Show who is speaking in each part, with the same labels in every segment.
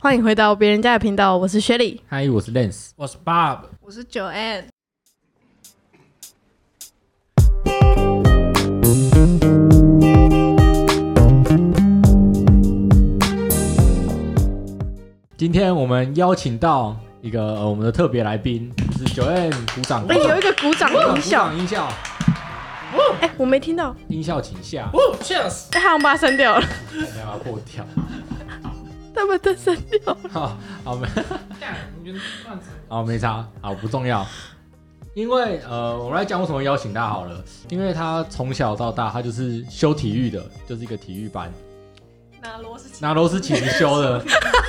Speaker 1: 欢迎回到别人家的频道，我是雪莉。
Speaker 2: 嗨，我是 Lens，
Speaker 3: 我是 Bob，
Speaker 1: 我是九 N。
Speaker 2: 今天我们邀请到一个、呃、我们的特别来宾，就是九 N 鼓掌，
Speaker 1: 哎、有一个鼓掌音效，
Speaker 2: 音效，
Speaker 1: 哎、我没听到，
Speaker 2: 音效请下，
Speaker 3: 哦，Cheers，
Speaker 1: 哎、他好像把它删掉了，
Speaker 2: 没有破掉，
Speaker 1: 他把它删掉了。
Speaker 2: 好，好没，
Speaker 3: 干，你们乱整，
Speaker 2: 好哦没差，好不重要。因为呃，我们来讲为什么邀请他好了，因为他从小到大他就是修体育的，就是一个体育班，
Speaker 4: 拿螺丝起
Speaker 2: 拿螺丝起子 修的，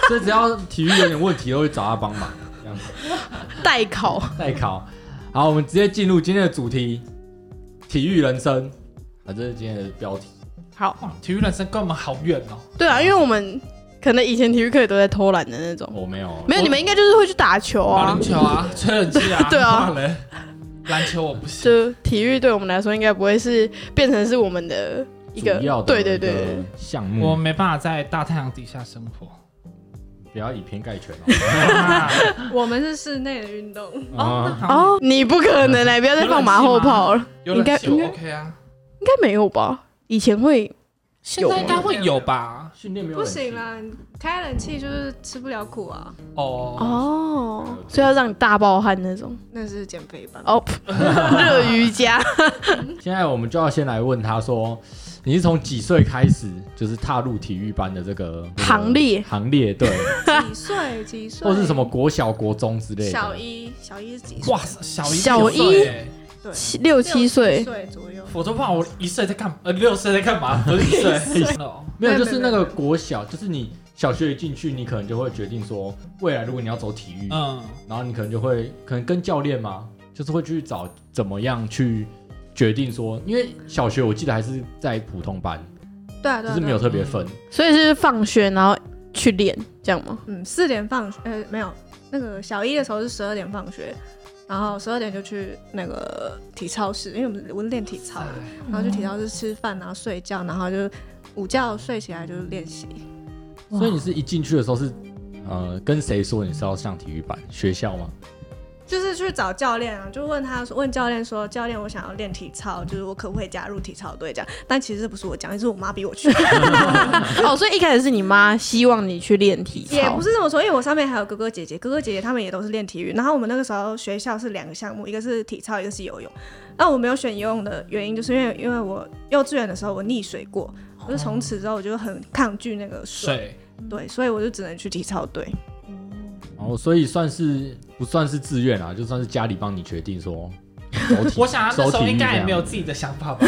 Speaker 2: 所以只要体育有点问题都会找他帮忙，这样子
Speaker 1: 代考，
Speaker 2: 代考。好，我们直接进入今天的主题，体育人生，啊，这是今天的标题。
Speaker 1: 好，
Speaker 3: 哇，体育人生跟我们好远哦，
Speaker 1: 对啊，因为我们可能以前体育课也都在偷懒的那种，
Speaker 2: 我、哦没有，啊
Speaker 1: 没有，你们应该就是会去打球
Speaker 3: 打
Speaker 1: 啊
Speaker 3: 篮，球啊，吹冷气啊，
Speaker 1: 对啊
Speaker 3: 骂人，篮球我不行，
Speaker 1: 就体育对我们来说应该不会是变成是我们的一个
Speaker 2: 主要，的
Speaker 1: 对对
Speaker 2: 一个
Speaker 1: 对，
Speaker 2: 项
Speaker 3: 我
Speaker 2: 目，
Speaker 3: 没办法在大太阳底下生活。
Speaker 2: 不要以偏概全哦。
Speaker 3: 啊
Speaker 4: 我们是室内的运动，
Speaker 2: 啊，
Speaker 3: 好
Speaker 1: 哦，你不可能来，不要再放马后炮了，
Speaker 3: 有
Speaker 1: 应该
Speaker 3: 冷气
Speaker 1: 应
Speaker 3: 我
Speaker 1: 该
Speaker 3: OK 啊，
Speaker 1: 应该没有吧？以前会
Speaker 3: 现
Speaker 1: 啊
Speaker 3: 在应该会有吧？
Speaker 2: 训练没有
Speaker 4: 不行，啦，你开冷气就是吃不了苦啊，
Speaker 3: 哦，
Speaker 1: 哦，所以要让你大暴汗那种
Speaker 4: 那是减肥吧？
Speaker 1: 哦， 热瑜伽。
Speaker 2: 现在我们就要先来问他说，你是从几岁开始就是踏入体育班的这个
Speaker 1: 行列
Speaker 2: 行列对，
Speaker 4: 几岁？几岁？
Speaker 2: 或是什么？国小、国中之类的。
Speaker 4: 小一，小一是几岁？
Speaker 3: 哇，小一
Speaker 1: 小
Speaker 3: 六岁耶，
Speaker 4: 对，
Speaker 1: 七六七岁，
Speaker 4: 岁左右。
Speaker 3: 我都忘了我一岁在干，呃，六岁在 干嘛？不是一岁，
Speaker 2: 没有，
Speaker 4: 没有
Speaker 2: 就是那个国小，就是你小学一进去，你可能就会决定说，未来如果你要走体育，
Speaker 3: 嗯，
Speaker 2: 然后你可能就会可能跟教练嘛，就是会去找怎么样去决定说，因为小学我记得还是在普通班，
Speaker 4: 对啊，对
Speaker 2: 就
Speaker 4: 啊，
Speaker 2: 是没有
Speaker 4: 对啊
Speaker 2: 特别分，
Speaker 1: 所以是放学然后去练这样 吗？
Speaker 4: 嗯，四点放，呃，没有，那个小一的时候是十二点放学。然后十二点就去那个体操室，因为我们我练体操，然后去体操室吃饭，然后睡觉，然后就午觉睡起来就是练习。
Speaker 1: 哇
Speaker 2: 所以你是一进去的时候是呃跟谁说你是要上体育班？学校吗？
Speaker 4: 就是去找教练啊，就问他说，问教练说，教练，我想要练体操，就是我可不可以加入体操队这样？但其实这不是我讲，是我妈逼我去，
Speaker 1: 哦，所以一开始是你妈希望你去练体
Speaker 4: 也
Speaker 1: 操
Speaker 4: 不，是这么说，因为我上面还有哥哥姐姐，哥哥姐姐他们也都是练体育。然后我们那个时候学校是两个项目，一个是体操，一个是游泳。那我没有选游泳的原因，就是因为因为我幼稚园的时候我溺水过，我就从此之后我就很抗拒那个水，
Speaker 3: 水，
Speaker 4: 对，所以我就只能去体操队。
Speaker 2: 然后所以算是不算是自愿啊？就算是家里帮你决定说走体
Speaker 3: 我想他啊那时
Speaker 2: 走
Speaker 3: 候
Speaker 2: 体育
Speaker 3: 应该
Speaker 2: 这
Speaker 3: 也
Speaker 2: 样
Speaker 3: 没有自己的想法吧？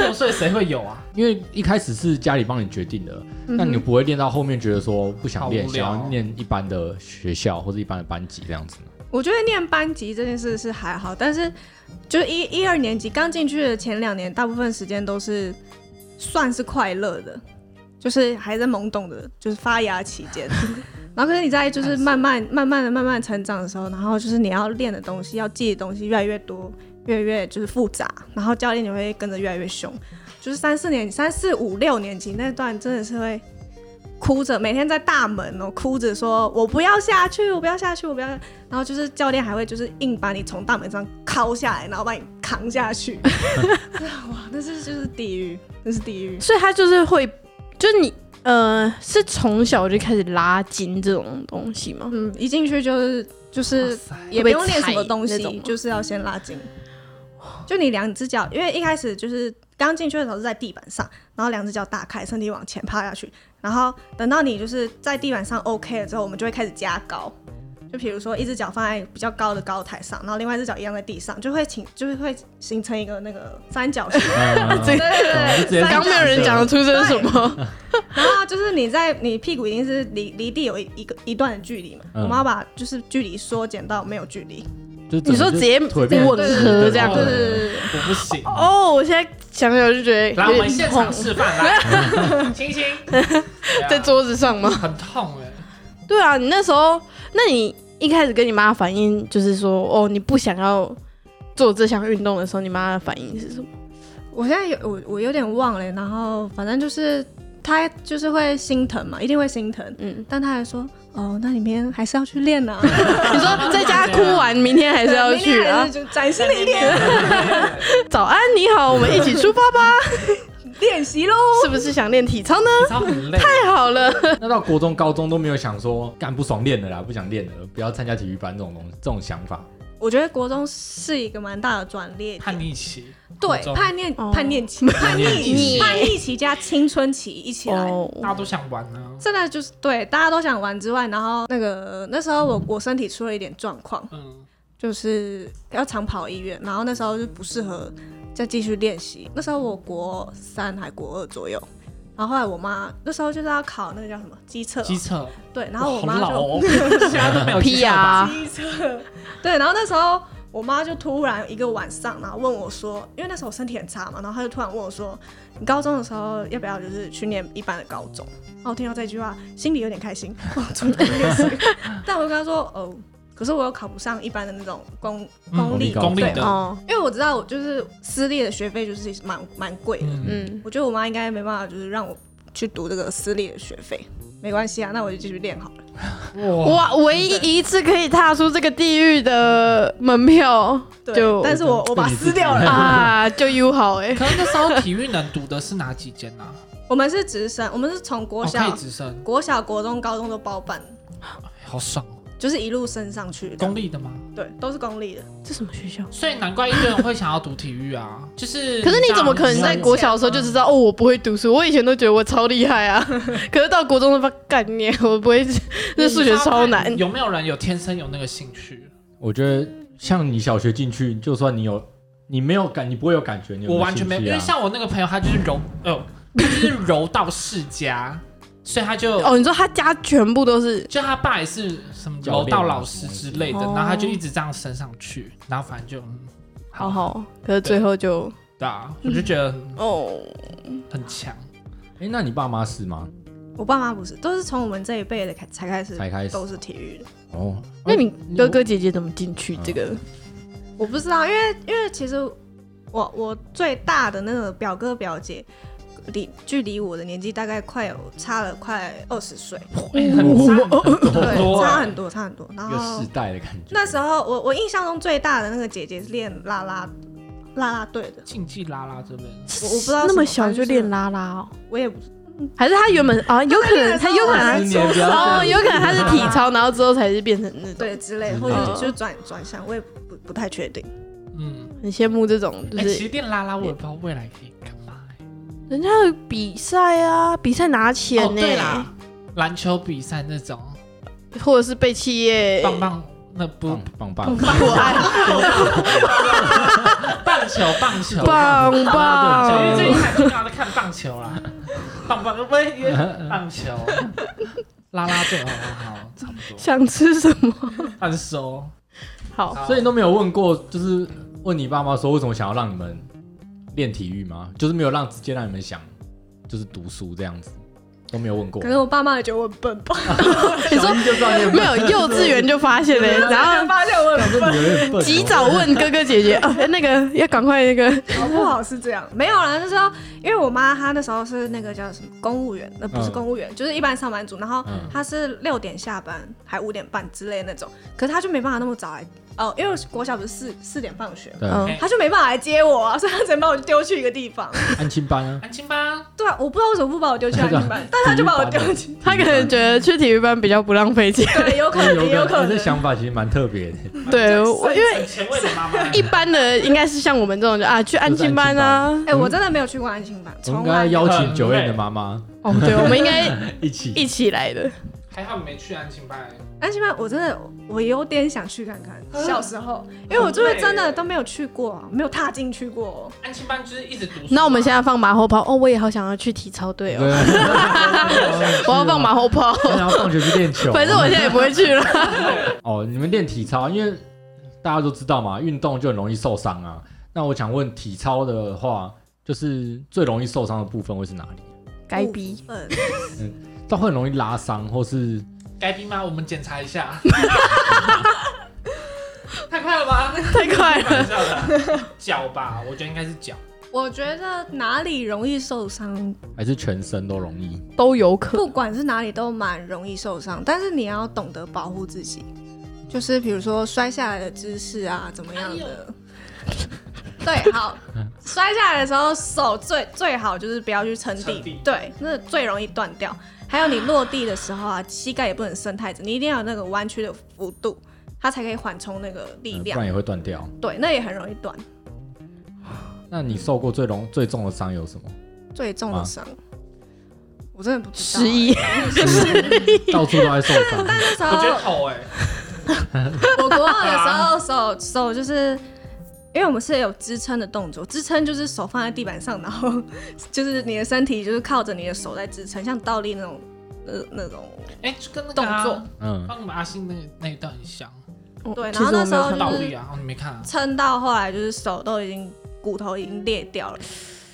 Speaker 3: 六岁谁会有 啊？
Speaker 2: 因为一开始是家里帮你决定的，那你不会练到后面觉得说不想练，
Speaker 3: 嗯好无聊
Speaker 2: 想要念一般的学校或者一般的班级这样子 呢？
Speaker 4: 我觉得念班级这件事是还好，但是就是一一二年级刚进去的前两年，大部分时间都是算是快乐的，就是还在懵懂的，就是发芽期间。然后可是你在就是慢慢慢慢的慢慢成长的时候，然后就是你要练的东西、要记的东西越来越多，越来越就是复杂，然后教练也会跟着越来越凶。就是三四年、三四五六年级那段真的是会哭着，每天在大门哦哭着说：“我不要下去，我不要下去，我不要。”然后就是教练还会就是硬把你从大门上敲下来，然后把你扛下去。哇，那是就是地狱，那是地狱。
Speaker 1: 所以她就是会，就是你呃，是从小就开始拉筋这种东西吗？
Speaker 4: 嗯，一进去就是就是也不用练什么东
Speaker 1: 会被踩那
Speaker 4: 西
Speaker 1: 种，
Speaker 4: 就是要先拉筋。就你两只脚，因为一开始就是刚进去的时候是在地板上，然后两只脚打开，身体往前趴下去，然后等到你就是在地板上 OK 了之后，我们就会开始加高。就比如说一只脚放在比较高的高台上，然后另外一只脚一样在地上，就会形就是会形成一个那个三 角形。对对
Speaker 2: 嗯就直
Speaker 4: 对
Speaker 2: 接
Speaker 4: 对，三 角
Speaker 1: 刚没有人讲得出这是什么，
Speaker 4: 然后就是你在你屁股一定是离离地有一一个一段的距离嘛，
Speaker 2: 嗯
Speaker 4: 我们要把就是距离缩减到没有距离。
Speaker 2: 就整个
Speaker 1: 你说
Speaker 2: 就
Speaker 1: 直接
Speaker 2: 腿变
Speaker 1: 吻
Speaker 2: 直
Speaker 1: 合
Speaker 2: 的
Speaker 1: 这样
Speaker 2: 哦
Speaker 4: 对对对对对，
Speaker 3: 我不行。
Speaker 1: 哦，我现在想想就觉得
Speaker 3: 来，
Speaker 1: 有
Speaker 3: 我们
Speaker 1: 点
Speaker 3: 现场
Speaker 1: 痛，
Speaker 3: 示范 来，亲亲，啊
Speaker 1: 在桌子上吗？
Speaker 3: 很痛哎、
Speaker 1: 对啊，你那时候，那你一开始跟你妈反应就是说，哦，你不想要做这项运动的时候，你妈的反应是什么？
Speaker 4: 我现在有我我有点忘了，然后反正就是他就是会心疼嘛，一定会心疼，
Speaker 1: 嗯，
Speaker 4: 但他还说哦，那里面还是要去练呢、啊，
Speaker 1: 你说在家哭完，明天还是要去
Speaker 4: 明天还
Speaker 1: 啊
Speaker 4: 是？就展示你练
Speaker 1: 早安，你好，我们一起出发吧！
Speaker 4: 练习喽。
Speaker 1: 是不是想练体操呢？
Speaker 3: 操很累，
Speaker 1: 太好了，
Speaker 2: 那到国中、高中都没有想说干不爽练的啦，不想练了，不要参加体育班这种东西，这种想法。
Speaker 4: 我觉得国中是一个蛮大的转捩点，
Speaker 3: 叛逆期，国
Speaker 4: 对
Speaker 3: 中
Speaker 4: 叛逆
Speaker 1: 哦
Speaker 4: 叛逆期、叛
Speaker 2: 叛逆
Speaker 4: 逆
Speaker 1: 期
Speaker 4: 叛逆期加青春期一起
Speaker 1: 哦
Speaker 4: 来，
Speaker 3: 大家都想玩啊，
Speaker 4: 真的就是对大家都想玩之外，然后那个那时候我我身体出了一点状况，
Speaker 3: 嗯，
Speaker 4: 就是要长跑医院，然后那时候就不适合再继续练习。那时候我国三还国二左右，然后后来我妈那时候就是要考那个叫什么机测哦，
Speaker 3: 机测，
Speaker 4: 对，然后我
Speaker 3: 好
Speaker 4: 妈
Speaker 3: 老
Speaker 4: 就
Speaker 3: 哦，现在都没有机测吧，
Speaker 1: 啊，
Speaker 4: 机测， 对，然后那时候我妈就突然一个晚上，然后问我说，因为那时候我身体很差嘛，然后她就突然问我说，你高中的时候要不要就是去念一般的高中？然后我听到这句话，心里有点开心，哇终于可以练习 了但我就跟她说，哦，可是我又考不上一般的那种公公立，
Speaker 2: 嗯
Speaker 3: 公立
Speaker 4: 对
Speaker 3: 的
Speaker 1: 哦，
Speaker 4: 因为我知道我就是私立的学费就是蛮蛮贵的，
Speaker 3: 嗯，
Speaker 1: 嗯，
Speaker 4: 我觉得我妈应该没办法就是让我去读这个私立的学费，没关系啊，那我就继续练好了。
Speaker 3: 哇，
Speaker 1: 哇，唯一一次可以踏出这个地狱的门票
Speaker 4: 对，
Speaker 1: 就
Speaker 4: 但是我哎我把它撕掉了。
Speaker 1: 啊，就 U 好哎，
Speaker 3: 可是那时候体育能读的是哪几间啊？
Speaker 4: 我们是直升，我们是从国
Speaker 3: 哦
Speaker 4: 小、
Speaker 3: 可以直升，
Speaker 4: 国小、国中、高中都包办，
Speaker 3: 好爽哦，
Speaker 4: 就是一路升上去的。
Speaker 3: 公立的吗？
Speaker 4: 对，都是公立的。
Speaker 1: 这什么学校？
Speaker 3: 所以难怪一堆人会想要读体育啊，就是。
Speaker 1: 可是你怎么可能在国小的时候就知道哦？我不会读书，我以前都觉得我超厉害啊，可是到国中的话，概念啊 我不会，这数学超难。
Speaker 3: 有没有人有天生有那个兴趣？
Speaker 2: 我觉得像你小学进去，就算你有，你没有感，你不会有感觉，你有
Speaker 3: 我完全没有，
Speaker 2: 兴
Speaker 3: 因
Speaker 2: 趣啊
Speaker 3: 为像我那个朋友，他就是柔，呃，他就是柔道世家，所以他就
Speaker 1: 哦，你说他家全部都是
Speaker 3: 就他爸也是什么
Speaker 2: 教
Speaker 3: 柔
Speaker 2: 练
Speaker 3: 道
Speaker 2: 啊
Speaker 3: 老师之类的，
Speaker 1: 什么
Speaker 3: 然
Speaker 1: 的
Speaker 3: 后他就一直这样升上去，然后反正就嗯
Speaker 1: 哦好好，可是最后就
Speaker 3: 对啊，我就觉得
Speaker 1: 哦，
Speaker 3: 很强，
Speaker 2: 哎，那你爸妈是吗？
Speaker 4: 我爸妈不是，都是从我们这一辈的开才开始，
Speaker 2: 才开始
Speaker 4: 都是体育的。
Speaker 2: 哦，
Speaker 4: 嗯
Speaker 1: 那你哥哥姐姐怎么进去这个？
Speaker 4: 我不知道，因为因为其实我我最大的那个表哥表姐。离距离我的年纪大概快有差了快二十岁，
Speaker 3: 哎很
Speaker 2: 很
Speaker 4: 对，
Speaker 3: 多
Speaker 4: 差
Speaker 3: 啊
Speaker 4: 很多，差很多。然
Speaker 2: 一个
Speaker 4: 后
Speaker 2: 世代的感觉。
Speaker 4: 那时候我我印象中最大的那个姐姐是练啦啦啦啦队的，
Speaker 3: 竞技啦啦之类的，
Speaker 4: 我我不知道
Speaker 1: 那么
Speaker 4: 什
Speaker 1: 小
Speaker 4: 反
Speaker 1: 就
Speaker 4: 正
Speaker 1: 练拉拉哦，
Speaker 4: 我也不
Speaker 1: 还是他原本啊，有可能他有可能
Speaker 2: 十年不要这
Speaker 1: 他
Speaker 2: 样
Speaker 1: 哦，有可能他是体操，然后之后才是变成那种。
Speaker 4: 对之类，
Speaker 2: 之
Speaker 4: 或者
Speaker 1: 类的
Speaker 4: 就转转向，我也不不不太确定。
Speaker 3: 嗯，
Speaker 1: 很羡慕这种，就
Speaker 3: 哎，其
Speaker 1: 是
Speaker 3: 实练啦啦我也不知道未来可以干嘛，哎
Speaker 1: 人家有比赛啊，比赛拿钱
Speaker 3: 哦
Speaker 1: 呢、
Speaker 3: 对啦，篮球比赛那种
Speaker 1: 或者是被企业
Speaker 3: 棒棒那不
Speaker 2: 棒棒棒，
Speaker 1: 我爱
Speaker 3: 棒球棒球
Speaker 1: 棒
Speaker 3: 因为最
Speaker 1: 棒
Speaker 3: 近看就刚在看棒球啦，棒棒不是因为棒球，啦啦队好好好，差不多，
Speaker 1: 想吃什么？
Speaker 3: 很熟。
Speaker 1: 好，
Speaker 2: 所以你都没有问过，就是问你爸妈说为什么想要让你们练体育吗？就是没有让直接让你们想，就是读书这样子，都没有问过。
Speaker 4: 可能我爸妈也觉得我很笨吧，
Speaker 1: 你说
Speaker 2: 小一就知道你有
Speaker 1: 没有幼稚园就发现了、 然后
Speaker 4: 发现我
Speaker 2: 反正你有点笨哦。
Speaker 1: 及早问哥哥姐姐，啊，那个要赶快那个
Speaker 4: 搞不好是这样。没有啦，那时候因为我妈她那时候是那个叫什么公务员，那不是
Speaker 2: 嗯
Speaker 4: 公务员，就是一般上班族，然后
Speaker 2: 嗯
Speaker 4: 她是六点下班还五点半之类的那种，可是她就没办法那么早来哦，因为我国小不是四四点放学嘛。
Speaker 2: 对，
Speaker 1: 嗯
Speaker 4: 她就没办法来接我啊，所以她只能把我丢去一个地方。
Speaker 2: 安亲班 啊，
Speaker 3: 安亲班，
Speaker 4: 对啊，我不知道为什么不把我丢去安静 班，但她就把我丢去。
Speaker 1: 他可能觉得去体育班比较不浪费钱。
Speaker 4: 对，有可
Speaker 2: 哎
Speaker 4: 能，也有
Speaker 2: 有
Speaker 4: 可
Speaker 2: 可能
Speaker 4: 能
Speaker 2: 这。想法其实蛮特别的。
Speaker 1: 对，我因为
Speaker 3: 很前卫的妈妈，
Speaker 1: 一般的应该是像我们这种就啊去安亲班啊。
Speaker 4: 哎、我真的没有去过安亲班，
Speaker 2: 我们应
Speaker 4: 从
Speaker 2: 该
Speaker 4: 来没有
Speaker 2: 邀 请九燕的妈妈
Speaker 1: 哦，对，我们应该
Speaker 2: 一起。
Speaker 1: 一起来 的。
Speaker 3: 还好没去安亲班，
Speaker 4: 安亲班我真的我有点想去看看，小时候，因为我就是真的都没有去过啊，没有踏进去过哦、
Speaker 3: 安亲班就是一直读书。
Speaker 1: 那我们现在放马后炮哦，我也好想要去体操队哦，
Speaker 2: 我
Speaker 1: 我要放马后 炮。
Speaker 2: 然后放学去练球。
Speaker 1: 反正我现在也不会去了。
Speaker 2: 哦，你们练体操，因为大家都知道嘛，运动就很容易受伤啊。那我想问，体操的话，就是最容易受伤的部分会是哪里？
Speaker 1: 该逼，
Speaker 4: 嗯，
Speaker 2: 它会很容易拉伤，或是
Speaker 3: 该逼吗？我们检查一下。太快了吧？
Speaker 1: 太快了。
Speaker 3: 开玩笑的，脚吧，我觉得应该是脚。
Speaker 4: 我觉得哪里容易受伤，
Speaker 2: 还是全身都容易？
Speaker 1: 都有可能。
Speaker 4: 不管是哪里都蛮容易受伤，但是你要懂得保护自己，就是比如说摔下来的姿势啊，怎么
Speaker 3: 哎
Speaker 4: 样的。对，好，摔下来的时候手最最好就是不要去撑地，
Speaker 3: 撑地
Speaker 4: 对，那最容易断掉。还有你落地的时候啊，膝盖也不能伸太直，你一定要有那个弯曲的幅度，它才可以缓冲那个力
Speaker 2: 呃不
Speaker 4: 量。
Speaker 2: 然也会断掉。
Speaker 3: 嗯
Speaker 4: 对，那也很容易断。
Speaker 2: 那你受过最容最重的伤有什么？
Speaker 4: 最重
Speaker 2: 啊
Speaker 4: 的伤，我真的不知道哎
Speaker 1: 失忆，
Speaker 2: 到处都在受伤。
Speaker 4: 那时
Speaker 3: 我觉得
Speaker 4: 候
Speaker 3: 头哎，
Speaker 4: 我国二的时候手手就是，因为我们是有支撑的动作，支撑就是手放在地板上，然后呃就是你的身体就是靠着你的手在支撑，像倒立那种。呃，那种
Speaker 3: 哎，就跟那个啊
Speaker 4: 动作
Speaker 2: 嗯，
Speaker 3: 帮我们阿信那那一段很像，
Speaker 4: 嗯对，
Speaker 1: 其
Speaker 4: 然后
Speaker 1: 实
Speaker 4: 那
Speaker 1: 我
Speaker 4: 时
Speaker 1: 没有
Speaker 4: 候
Speaker 1: 看
Speaker 3: 倒
Speaker 4: 就
Speaker 3: 立
Speaker 4: 是
Speaker 3: 啊，哦你没看啊？
Speaker 4: 撑到后来就是手都已经骨头已经裂掉了，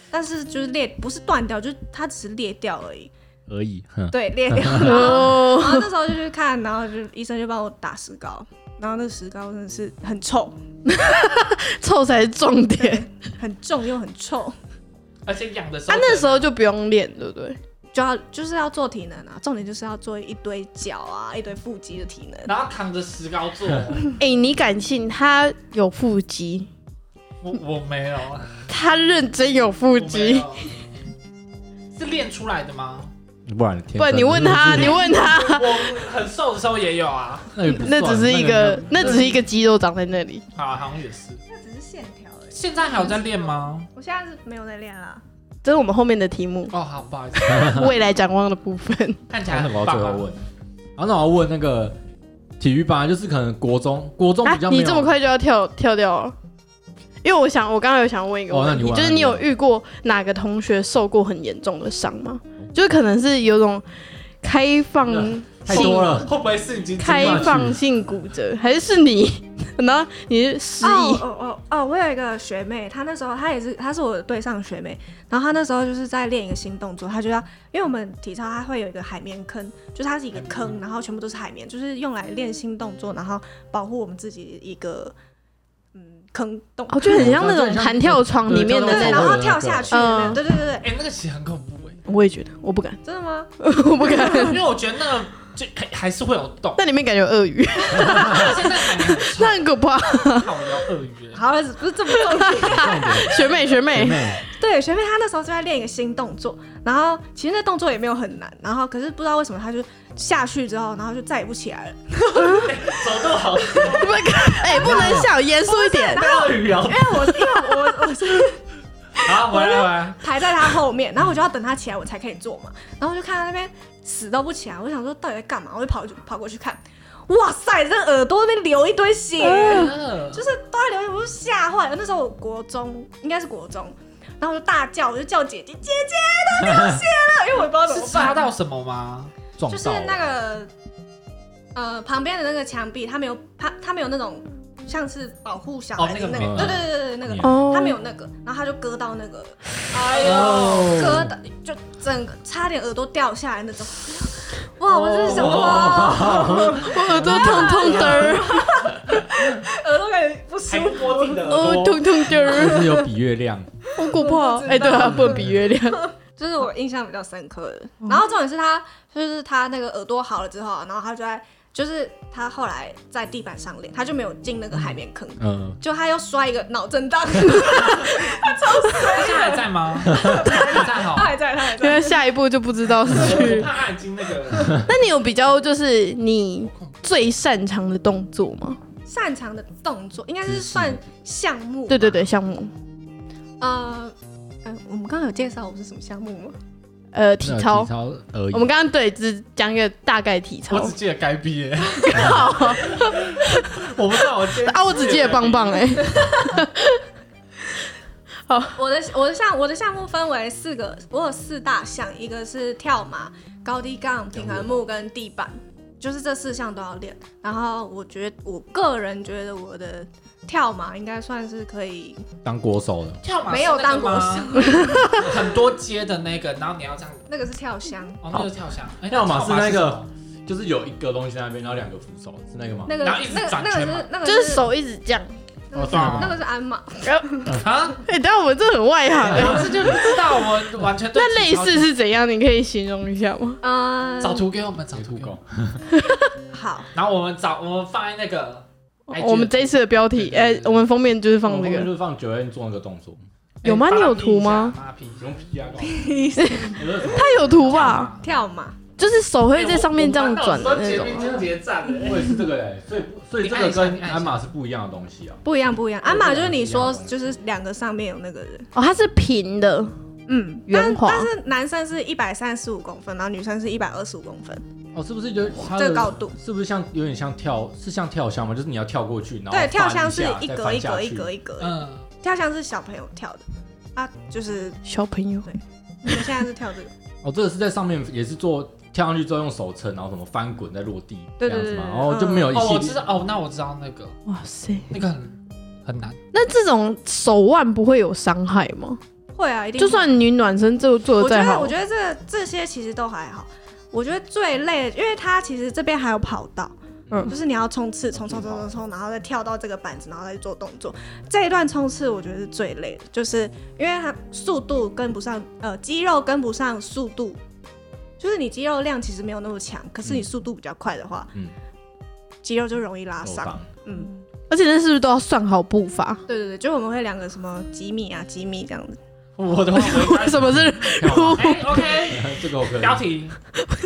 Speaker 4: 但是就是裂不是断掉，就是它只是裂掉而已。
Speaker 2: 而已。哼，
Speaker 4: 对，裂掉。然后
Speaker 1: 哦，
Speaker 4: 然后那时候就去看，然后就医生就帮我打石膏，然后那个石膏真的是很臭，
Speaker 1: 臭才是重点。
Speaker 4: 很重又很臭，
Speaker 3: 而且痒的时
Speaker 1: 他
Speaker 3: 候，
Speaker 1: 啊那时候就不用练，对不对？
Speaker 4: 就要就是要做体能啊，重点就是要做一堆脚啊，一堆腹肌的体能。
Speaker 3: 然后扛着石膏做，
Speaker 1: 哎、你敢信他有腹肌？
Speaker 3: 我我没有，
Speaker 1: 他认真有腹
Speaker 3: 我没
Speaker 2: 哦
Speaker 1: 肌，
Speaker 3: 有，是练出来的吗？
Speaker 2: 不然天
Speaker 1: 不然你问 他，你问他，
Speaker 3: 我很瘦的时候也有啊，
Speaker 2: 那也不
Speaker 1: 那
Speaker 2: 算
Speaker 1: 只是一个，那
Speaker 3: 那个
Speaker 1: 只是一个肌肉长在那里。
Speaker 3: 好，好像也是。
Speaker 4: 那只是线条而已。
Speaker 3: 现在还有在练吗？
Speaker 4: 我现在是没有在练啦。
Speaker 1: 这是我们后面的题 目，
Speaker 3: 哦，好，不好意思，
Speaker 1: 未来展望的部分。
Speaker 3: 看起来
Speaker 2: 还
Speaker 3: 很
Speaker 2: 什么要
Speaker 3: 棒
Speaker 2: 最
Speaker 3: 啊
Speaker 2: 后问？然后那我要问那个体育班，就是可能国中，国中
Speaker 1: 啊
Speaker 2: 比较，没有
Speaker 1: 你这么快就要跳跳掉了？因为我想，我刚刚有想问一个
Speaker 2: 哦那
Speaker 1: 问
Speaker 2: 你
Speaker 1: 题，
Speaker 2: 问
Speaker 1: 就是
Speaker 2: 那
Speaker 1: 你
Speaker 2: 你
Speaker 1: 有
Speaker 2: 问
Speaker 1: 遇过哪个同学受过很严重的伤吗？就是可能是有种开放性、
Speaker 2: 太多了，
Speaker 3: 会不会是已经
Speaker 1: 开放性骨折，还是是你？ 然后你是失忆
Speaker 4: 哦，哦哦哦，我有一个学妹，她那时候她也是，她是我的对上学妹。然后她那时候就是在练一个新动作，她就要，因为我们体操它会有一个海绵坑，就是它是一个坑，然后全部都是海绵，就是用来练新动作，然后保护我们自己一个嗯坑洞。
Speaker 1: 哦，就很像那
Speaker 2: 就
Speaker 1: 种
Speaker 2: 很像
Speaker 1: 弹跳床里面的
Speaker 2: 对
Speaker 1: 那
Speaker 4: 对，然
Speaker 1: 种。
Speaker 4: 后跳下去的
Speaker 1: 嗯
Speaker 4: 那个，对对对对，
Speaker 3: 哎、那个其实很恐怖哎、
Speaker 1: 我也觉得，我不敢，
Speaker 4: 真的吗？
Speaker 1: 我不敢。
Speaker 3: 因为我觉得那个就还还是会有洞，
Speaker 1: 那里面感觉有鳄鱼，
Speaker 3: 而且那海绵
Speaker 1: 那很可怕。
Speaker 3: 很好聊鳄鱼、欸，
Speaker 4: 好了，不是这么重点。
Speaker 1: 学妹，学妹，
Speaker 4: 对，学妹她那时候就在练一个新动作，然后其实那动作也没有很难，然后可是不知道为什么她就下去之后，然后就再也不起 来了。
Speaker 3: 走路好
Speaker 1: 不能，哎，不能笑，严肃一点。
Speaker 3: 鳄鱼哦
Speaker 4: 因。为我因为我我是
Speaker 3: 好，回来回 来，
Speaker 4: 排在她后面，然后我就要等她起来我才可以做嘛，然后我就看她那边死都不起来，我就想说到底在干嘛，我就跑跑过去看，哇塞，这耳朵那边流一堆血。
Speaker 1: 嗯
Speaker 4: 就是都在流血，我就吓坏了。那时候我国中，应该是国中，然后我就大叫，我就叫姐姐，姐姐，她流血了，因为我也不知道怎
Speaker 3: 哎是
Speaker 4: 么
Speaker 3: 杀
Speaker 4: 办。
Speaker 3: 到什么吗？
Speaker 2: 撞
Speaker 4: 就是
Speaker 2: 到了
Speaker 4: 那个呃旁边的那个墙壁，它没有它它没有那种像是保护小孩的
Speaker 3: 哦那个
Speaker 4: 那个，
Speaker 2: 门
Speaker 4: 对对对对对那个。
Speaker 1: 哦
Speaker 4: 它没有那个，然后它就割到那个，
Speaker 3: 哎
Speaker 2: 哦
Speaker 4: 割到就整个差点耳朵掉下来那种。哇！我真是想
Speaker 3: 哦
Speaker 4: 说，哇
Speaker 1: 我耳朵痛痛的儿，
Speaker 4: 耳朵感觉不舒
Speaker 3: 还
Speaker 4: 服。
Speaker 3: 摸自己的
Speaker 1: 哦
Speaker 3: 耳，朵，
Speaker 1: 痛痛的儿，
Speaker 2: 就是有比月亮，
Speaker 1: 好可怕。哎，对啊，不能比月 亮。
Speaker 4: 这是我印象比较深刻的。然后重点是他，就是他那个耳朵好了之后啊，然后他就在，就是他后来在地板上练，他就没有进那个海绵坑，
Speaker 2: 嗯，
Speaker 4: 就他又摔一个脑震荡，
Speaker 3: 他现在还在吗？还在
Speaker 1: 哦
Speaker 4: 他
Speaker 3: 好，
Speaker 4: 还在，他还
Speaker 1: 因为
Speaker 4: 在。
Speaker 1: 啊下一步就不知道是
Speaker 3: 我
Speaker 1: 去。
Speaker 3: 怕他已经那个
Speaker 1: 那你有比较就是你最擅长的动作吗？
Speaker 4: 擅长的动作应该是算项目，
Speaker 1: 对对，对，项目，
Speaker 4: 呃。嗯，我们刚刚有介绍我是什么项目吗？
Speaker 1: 呃，体操
Speaker 2: 体。操而已
Speaker 1: 我。们刚刚对只讲一个大概体操
Speaker 3: 我只记得该毕业，我不知道我今天
Speaker 1: 啊，我只记得棒棒哎、
Speaker 4: 我的我的项我的项目分为四个，我有四大项，一个是跳马、高低杠、平衡木跟地板，就是这四项都要练。然后我觉得我个人觉得我的跳马应该算是可以，
Speaker 2: 当国手的，
Speaker 3: 跳马
Speaker 4: 没有当过
Speaker 3: 手，很多阶的那个，然后你要这样，
Speaker 4: 那个是跳箱，
Speaker 3: 哦，那就跳下，哎
Speaker 2: 跳马是那个，
Speaker 3: 跳马什么
Speaker 2: 就是有一个东西在那边，然后两个扶手，是那个吗？
Speaker 4: 那个
Speaker 3: 然后一直
Speaker 4: 那个
Speaker 3: 转
Speaker 4: 那
Speaker 3: 圈
Speaker 4: 个
Speaker 3: 嘛
Speaker 4: 是那个
Speaker 1: 就是手一直这样，
Speaker 4: 那个
Speaker 3: 哦
Speaker 4: 是
Speaker 3: 对啊
Speaker 4: 那个是鞍马，
Speaker 3: 啊，
Speaker 1: 哎、等一下我们这很外行哎、
Speaker 3: 这啊就不知道我们完全对
Speaker 1: 那类
Speaker 3: 体操
Speaker 1: 似是怎样？你可以形容一下吗？
Speaker 4: 嗯，
Speaker 3: 找图给我们，找图
Speaker 2: 土
Speaker 3: 给我们
Speaker 2: 狗，
Speaker 4: 好，
Speaker 3: 然后我们找我们放在那个 IG
Speaker 1: 哦我们这一次的标题，哎、我们封面就是放
Speaker 2: 我
Speaker 1: 这
Speaker 2: 们
Speaker 1: 个。
Speaker 2: 就是放九 N 做那个动作，
Speaker 1: 有吗
Speaker 3: 哎
Speaker 1: 你有图吗？
Speaker 3: 把它 P 一下
Speaker 2: 用屁啊！哎
Speaker 1: 它有图
Speaker 3: 把它
Speaker 1: 吧？
Speaker 3: P 一下
Speaker 4: 跳马，
Speaker 1: 就是手会在上面这样转的那
Speaker 3: 哎我
Speaker 1: 种
Speaker 3: 我们班导说。结冰清洁站的，哎
Speaker 2: 我也是这个哎，所以所以这个跟鞍马是不一样的东西啊。
Speaker 4: 不一样不一样，鞍马
Speaker 2: 对
Speaker 4: 就是你说
Speaker 2: 不一样
Speaker 4: 就是两个上面有那个人，
Speaker 1: 哦，它是平的，
Speaker 4: 嗯，
Speaker 1: 圆
Speaker 4: 但
Speaker 1: 滑
Speaker 4: 但是男生是一百三十五公分，然后女生是一百二十五公分，
Speaker 2: 哦，是不是就它
Speaker 4: 这
Speaker 2: 的
Speaker 4: 个高度，
Speaker 2: 是不是像有点像跳，是像跳箱吗？就是你要跳过去，然后
Speaker 4: 对，跳
Speaker 2: 箱
Speaker 4: 箱是一格一格一格一格的，
Speaker 3: 嗯，
Speaker 4: 跳箱是小朋友跳的啊，就是
Speaker 1: 小朋友
Speaker 4: 我们现在是跳这个，
Speaker 2: 哦，这个是在上面也是做跳上去之后用手撑，然后什么翻滚再落地这
Speaker 4: 对
Speaker 2: 样子
Speaker 4: 对对
Speaker 2: 嘛，
Speaker 4: 对嗯
Speaker 2: 然后就没有一
Speaker 3: 哦，
Speaker 2: 系
Speaker 3: 我
Speaker 2: 列
Speaker 3: 知。道，哦，那我知道那个
Speaker 1: 哇塞，
Speaker 3: 那个很很难，
Speaker 1: 那这种手腕不会有伤害吗？
Speaker 4: 会啊，一定
Speaker 1: 就
Speaker 4: 会
Speaker 1: 算你暖身做做
Speaker 4: 我
Speaker 1: 的
Speaker 4: 觉
Speaker 1: 再
Speaker 4: 得，
Speaker 1: 好
Speaker 4: 我，觉得这这些其实都还好。我觉得最累的，因为它其实这边还有跑道，
Speaker 1: 嗯
Speaker 2: 哦
Speaker 4: 就是你要冲刺，冲冲冲冲冲，然后再跳到这个板子，然后再去做动作。这一段冲刺我觉得是最累的，就是因为它速度跟不上，呃，肌肉跟不上速度，就是你肌肉量其实没有那么强，可是你
Speaker 2: 嗯
Speaker 4: 速度比较快的话，
Speaker 2: 嗯
Speaker 4: 肌肉就容易拉
Speaker 2: 手
Speaker 4: 伤。
Speaker 2: 绑
Speaker 4: 嗯，
Speaker 1: 而且那是不是都要算好步伐？
Speaker 4: 对对对，就我们会两个什么几米啊，几米这样子。
Speaker 3: 我的话我应 该
Speaker 1: 为什么是
Speaker 2: 跳嘛
Speaker 3: 哎 OK，
Speaker 2: 这个我可以
Speaker 3: 标 题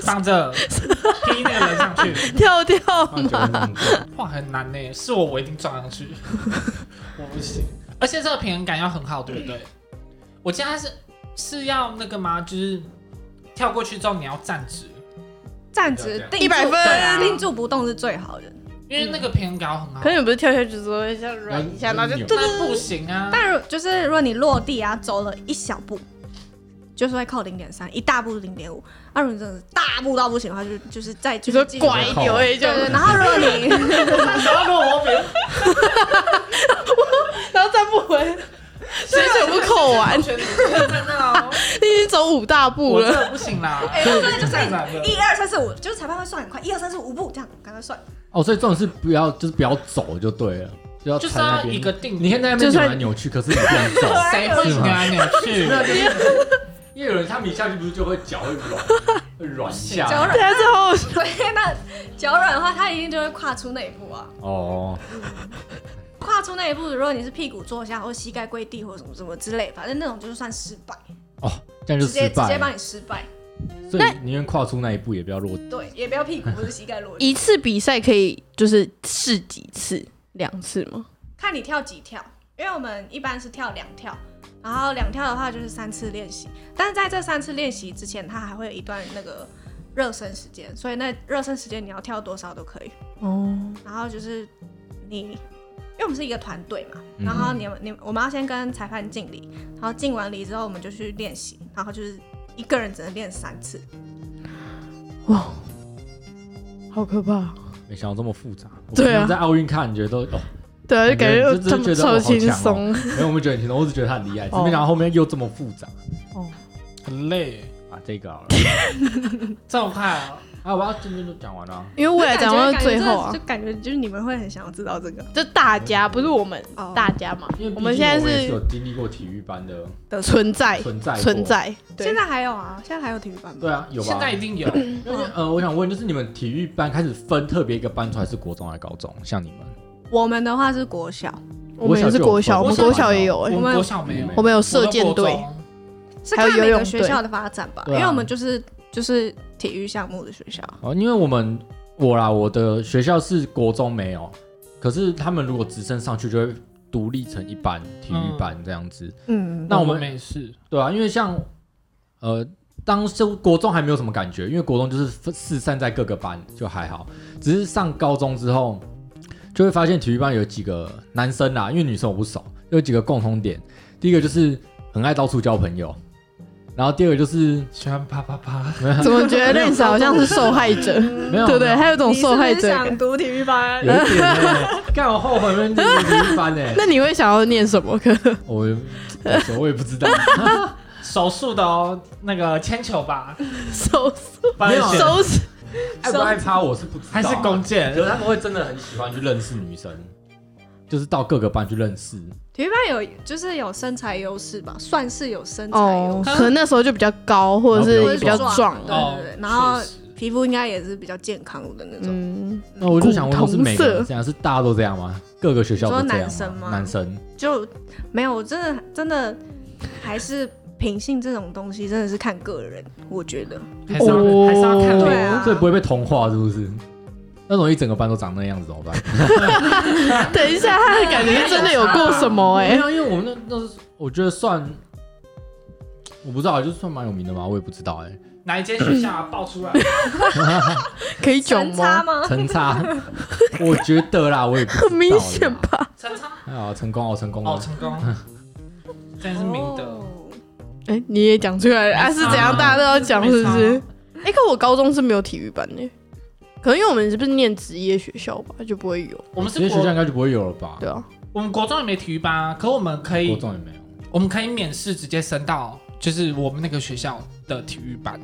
Speaker 3: 放 这 P 那个人上去，
Speaker 1: 跳跳
Speaker 2: 放九 N
Speaker 1: 嘛？
Speaker 2: 动 作。
Speaker 3: 哇，很难呢，是我我一定撞上去， 我不行，而且这个平衡感要很好，对不对？我现在是是要那个吗？就是跳过去之后你要站直，
Speaker 4: 站直定住
Speaker 1: 100分
Speaker 4: 对啊定住不动是最好的。
Speaker 3: 因为那个平衡感要很好
Speaker 1: 可，是你不是跳下去之后会像软一下，然后就
Speaker 2: 扭
Speaker 1: 噔
Speaker 3: 那不行啊，
Speaker 4: 但如就是如果你落地啊，走了一小步，就是会扣零点三，一大步零点五。啊，如果你真的是大步到不行的话，就就是再就
Speaker 1: 就是是
Speaker 4: 继续
Speaker 1: 拐
Speaker 4: 对
Speaker 1: 扭哎，就
Speaker 4: 对，然后如 果你
Speaker 3: 然后 我别
Speaker 1: 然后站不回，所以全部扣完，
Speaker 3: 全在那哦，
Speaker 1: 你已经走五大步
Speaker 3: 我这
Speaker 1: 了。
Speaker 3: 个不行啦，
Speaker 4: 哎
Speaker 3: 这
Speaker 4: 我
Speaker 3: 个
Speaker 4: 真的就是
Speaker 3: 太难了
Speaker 4: 一二三四五，就是裁判会算很快，一二三四五步这样，赶快算。
Speaker 2: 哦，所以重点是不要就是不要走就对了，就要
Speaker 3: 就是
Speaker 2: 踩那
Speaker 3: 要
Speaker 2: 边
Speaker 3: 一个定，
Speaker 2: 你可以在那边扭来扭去，可是你不能走。
Speaker 3: 谁会扭来扭去？
Speaker 2: 因为有人他们一下去不是就会脚会软，会软一下
Speaker 4: 脚
Speaker 1: 大
Speaker 4: 软，
Speaker 1: 家之后
Speaker 4: 对，那脚软的话，他一定就会跨出那一步啊。
Speaker 2: 哦，
Speaker 4: 跨出那一步，如果你是屁股坐下或膝盖跪地或者什么什么之类，反正那种就是算失败，
Speaker 2: 这样就失
Speaker 4: 直接直
Speaker 2: 败
Speaker 4: 接帮
Speaker 2: 了。
Speaker 4: 你失败。
Speaker 2: 所以宁愿跨出那一步，也不要落地。
Speaker 4: 对，也不要屁股或者膝盖落地，
Speaker 1: 一次比赛可以就是试几次，两次吗？
Speaker 4: 看你跳几跳，因为我们一般是跳两跳，然后两跳的话就是三次练习，但是在这三次练习之前，它还会有一段那个热身时间，所以那热身时间你要跳多少都可以。
Speaker 1: 哦，
Speaker 4: 然后就是你，因为我们是一个团队嘛，
Speaker 2: 嗯
Speaker 4: 然后你们你们我们要先跟裁判敬礼，然后敬完礼之后我们就去练习，然后就是一个人只能练三次，
Speaker 1: 哇，好可怕！
Speaker 2: 没想到这么复杂。
Speaker 1: 对啊
Speaker 2: 我平常在奥运看，你觉得哦，
Speaker 1: 对啊，就感
Speaker 2: 感觉
Speaker 1: 觉
Speaker 2: 就
Speaker 1: 他们
Speaker 2: 就觉得
Speaker 1: 超
Speaker 2: 我好
Speaker 1: 轻
Speaker 2: 强哦
Speaker 1: 松。
Speaker 2: 没有，我们觉得很轻松，我只觉得他很厉害，只
Speaker 1: 哦
Speaker 2: 没想到后面又这么复杂
Speaker 1: 哦，
Speaker 3: 很累，
Speaker 2: 啊。这个好了，
Speaker 3: 这么快啊？
Speaker 2: 啊，我要今天就讲完了。啊
Speaker 1: 因为未来展望到最后
Speaker 4: 就
Speaker 1: 啊，
Speaker 4: 感觉就是你们会很想要知道这个
Speaker 1: 就大家不是我们
Speaker 4: 哦
Speaker 1: 大家嘛
Speaker 2: 因为，毕
Speaker 1: 我
Speaker 2: 竟
Speaker 1: 们现在
Speaker 2: 我也是
Speaker 1: 是
Speaker 2: 有经历过体育班的
Speaker 4: 的
Speaker 1: 存在
Speaker 2: 存在过
Speaker 1: 存。在，
Speaker 4: 现
Speaker 1: 对，
Speaker 4: 在还有啊，现在还有体育班吗？
Speaker 2: 对啊，有吧？
Speaker 3: 现在一定有，
Speaker 2: 呃，我想问，就是你们体育班开始分特别一个班出来，是国中还是高中？像你们，
Speaker 4: 我们的话是国小，
Speaker 1: 我们也是国小，我们
Speaker 3: 国
Speaker 1: 国
Speaker 2: 小
Speaker 1: 小
Speaker 2: 就
Speaker 1: 也
Speaker 2: 有
Speaker 1: 有哎
Speaker 3: 我，们
Speaker 4: 们
Speaker 3: 国小没有，
Speaker 1: 我们有射箭
Speaker 3: 我
Speaker 1: 队
Speaker 3: 们国，中
Speaker 4: 是
Speaker 1: 还有
Speaker 4: 看每
Speaker 1: 游
Speaker 4: 个
Speaker 1: 泳
Speaker 4: 学
Speaker 1: 队
Speaker 4: 校的发展吧，因
Speaker 2: 对啊
Speaker 4: 为我们就是就是体育项目的学校，
Speaker 2: 哦，因为我们我啦，我的学校是国中没有，可是他们如果直升上去，就会独立成一班体育班这样子，
Speaker 4: 嗯，
Speaker 2: 那我
Speaker 3: 我
Speaker 2: 们
Speaker 3: 们没事，
Speaker 2: 对啊，因为像呃，当初国中还没有什么感觉，因为国中就是分四散在各个班就还好，只是上高中之后就会发现体育班有几个男生啊啦，因为女生我不熟，有几个共同点，第一个就是很爱到处交朋友，然后第二个就是
Speaker 3: 喜欢啪啪啪，
Speaker 1: 怎么觉得认识好像是受害者，
Speaker 2: 没有
Speaker 1: 对不对？
Speaker 2: 没有
Speaker 1: 还有一种受害者感。
Speaker 4: 想读体育班
Speaker 2: 有一点欸，干我后悔没念体育班呢、欸
Speaker 1: 那你会想要念什么课？
Speaker 2: 我我说我也不知道，
Speaker 3: 手术的哦，那个铅球 吧，
Speaker 1: 手
Speaker 3: 不然
Speaker 2: 没有
Speaker 3: 写
Speaker 1: 手指
Speaker 3: 哎
Speaker 2: 爱不爱趴我是不知道啊、
Speaker 3: 还是弓
Speaker 2: 可
Speaker 3: 箭，
Speaker 2: 是他们会真的很喜欢去认识女生，就是到各个班去认识。
Speaker 4: 体育班有就是有身材优势吧，算是有身材优
Speaker 1: 哦，
Speaker 4: 势，
Speaker 1: 可能那时候就比较高，或者
Speaker 2: 然后
Speaker 1: 是
Speaker 2: 比
Speaker 1: 比
Speaker 2: 较
Speaker 1: 较
Speaker 4: 壮
Speaker 1: 壮。
Speaker 4: 对
Speaker 3: 哦
Speaker 4: 对对然后
Speaker 3: 确实
Speaker 4: 皮肤应该也是比较健康的那种。
Speaker 1: 嗯，
Speaker 2: 那我就想问，
Speaker 1: 古
Speaker 2: 是每个
Speaker 1: 铜
Speaker 2: 人
Speaker 1: 色
Speaker 2: 这样，是大家都这样吗？各个学校都这样
Speaker 4: 你说男生吗
Speaker 2: 男生
Speaker 4: 就没有，真的真的还是品性这种东西真的是看个人，我觉得。
Speaker 3: 还是要、还是要看
Speaker 4: 对
Speaker 3: 脸。
Speaker 4: 啊
Speaker 2: 哦所以不会被同化，是不是？那种一整个班都长那样子怎 么办？
Speaker 1: 等一下，他的感 觉是真的有过什么
Speaker 2: 没
Speaker 1: 哎？
Speaker 2: 啊有，因为我们那那是我觉得算，我不知道，就是算蛮有名的嘛，我也不知道 哎、
Speaker 3: 哪一间学校啊爆出来？
Speaker 1: 可以讲
Speaker 4: 差
Speaker 1: 吗？
Speaker 4: 吗？
Speaker 2: 陈差，我觉得啦，我也不知道啦
Speaker 1: 很明显吧？
Speaker 3: 成昌
Speaker 2: 啊，成功哦，成功
Speaker 3: 哦，
Speaker 2: 了，
Speaker 3: 成功，真是明德。
Speaker 4: 哦
Speaker 1: 哎，你也讲出来了啊？是怎样？大家都要讲是不
Speaker 3: 没
Speaker 1: 是？哎，可我高中是没有体育班的，可能因为我们是不是念职业学校吧，就不会有。
Speaker 3: 我们
Speaker 2: 这
Speaker 3: 是
Speaker 2: 些学校应
Speaker 3: 国，
Speaker 2: 该就不会有了吧？
Speaker 1: 对啊，
Speaker 3: 我们国中也没体育班啊，可我们可
Speaker 2: 国
Speaker 3: 以，
Speaker 2: 中也没有。
Speaker 3: 我们可以免试直接升到就是我们那个学校的体育班。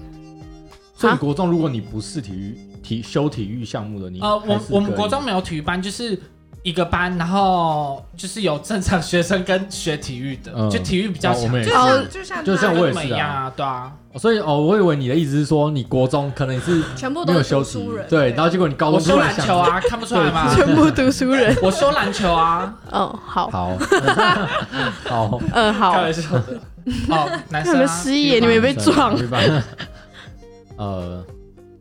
Speaker 2: 所以
Speaker 1: 啊
Speaker 2: 国中如果你不是体育体修体育项目的，你
Speaker 3: 呃，
Speaker 2: 还
Speaker 3: 我
Speaker 2: 是
Speaker 3: 我们
Speaker 2: 可以
Speaker 3: 国中没有体育班，就是一个班，然后就是有正常学生跟学体育的，
Speaker 2: 嗯
Speaker 3: 就体育比较
Speaker 2: 哦我
Speaker 3: 强。
Speaker 2: 们也
Speaker 4: 就是像就像
Speaker 2: 就像
Speaker 4: 他
Speaker 2: 我也
Speaker 3: 跟们
Speaker 2: 是啊
Speaker 3: 一样啊，对啊，
Speaker 2: 哦所以哦，我以为你的意思是说，你国中可能你是
Speaker 4: 全部
Speaker 2: 没
Speaker 4: 都
Speaker 2: 有
Speaker 4: 是
Speaker 2: 休
Speaker 4: 读
Speaker 2: 息
Speaker 4: 书人，，
Speaker 2: 对，然后结果你高
Speaker 3: 我
Speaker 2: 中
Speaker 3: 修
Speaker 2: 突然
Speaker 3: 篮
Speaker 2: 想
Speaker 3: 球，啊，看不出来吗？
Speaker 1: 全部读书人。
Speaker 3: 我修篮球啊，
Speaker 1: 哦，好，
Speaker 2: 好，好，
Speaker 1: 嗯，
Speaker 3: 开
Speaker 1: 好，
Speaker 3: 玩笑的。 哦，男
Speaker 1: 看
Speaker 3: 生
Speaker 1: 你
Speaker 3: 啊
Speaker 1: 们失忆耶，
Speaker 3: 体育
Speaker 1: 你们
Speaker 3: 班
Speaker 1: 也被撞。
Speaker 2: 没办法 呃，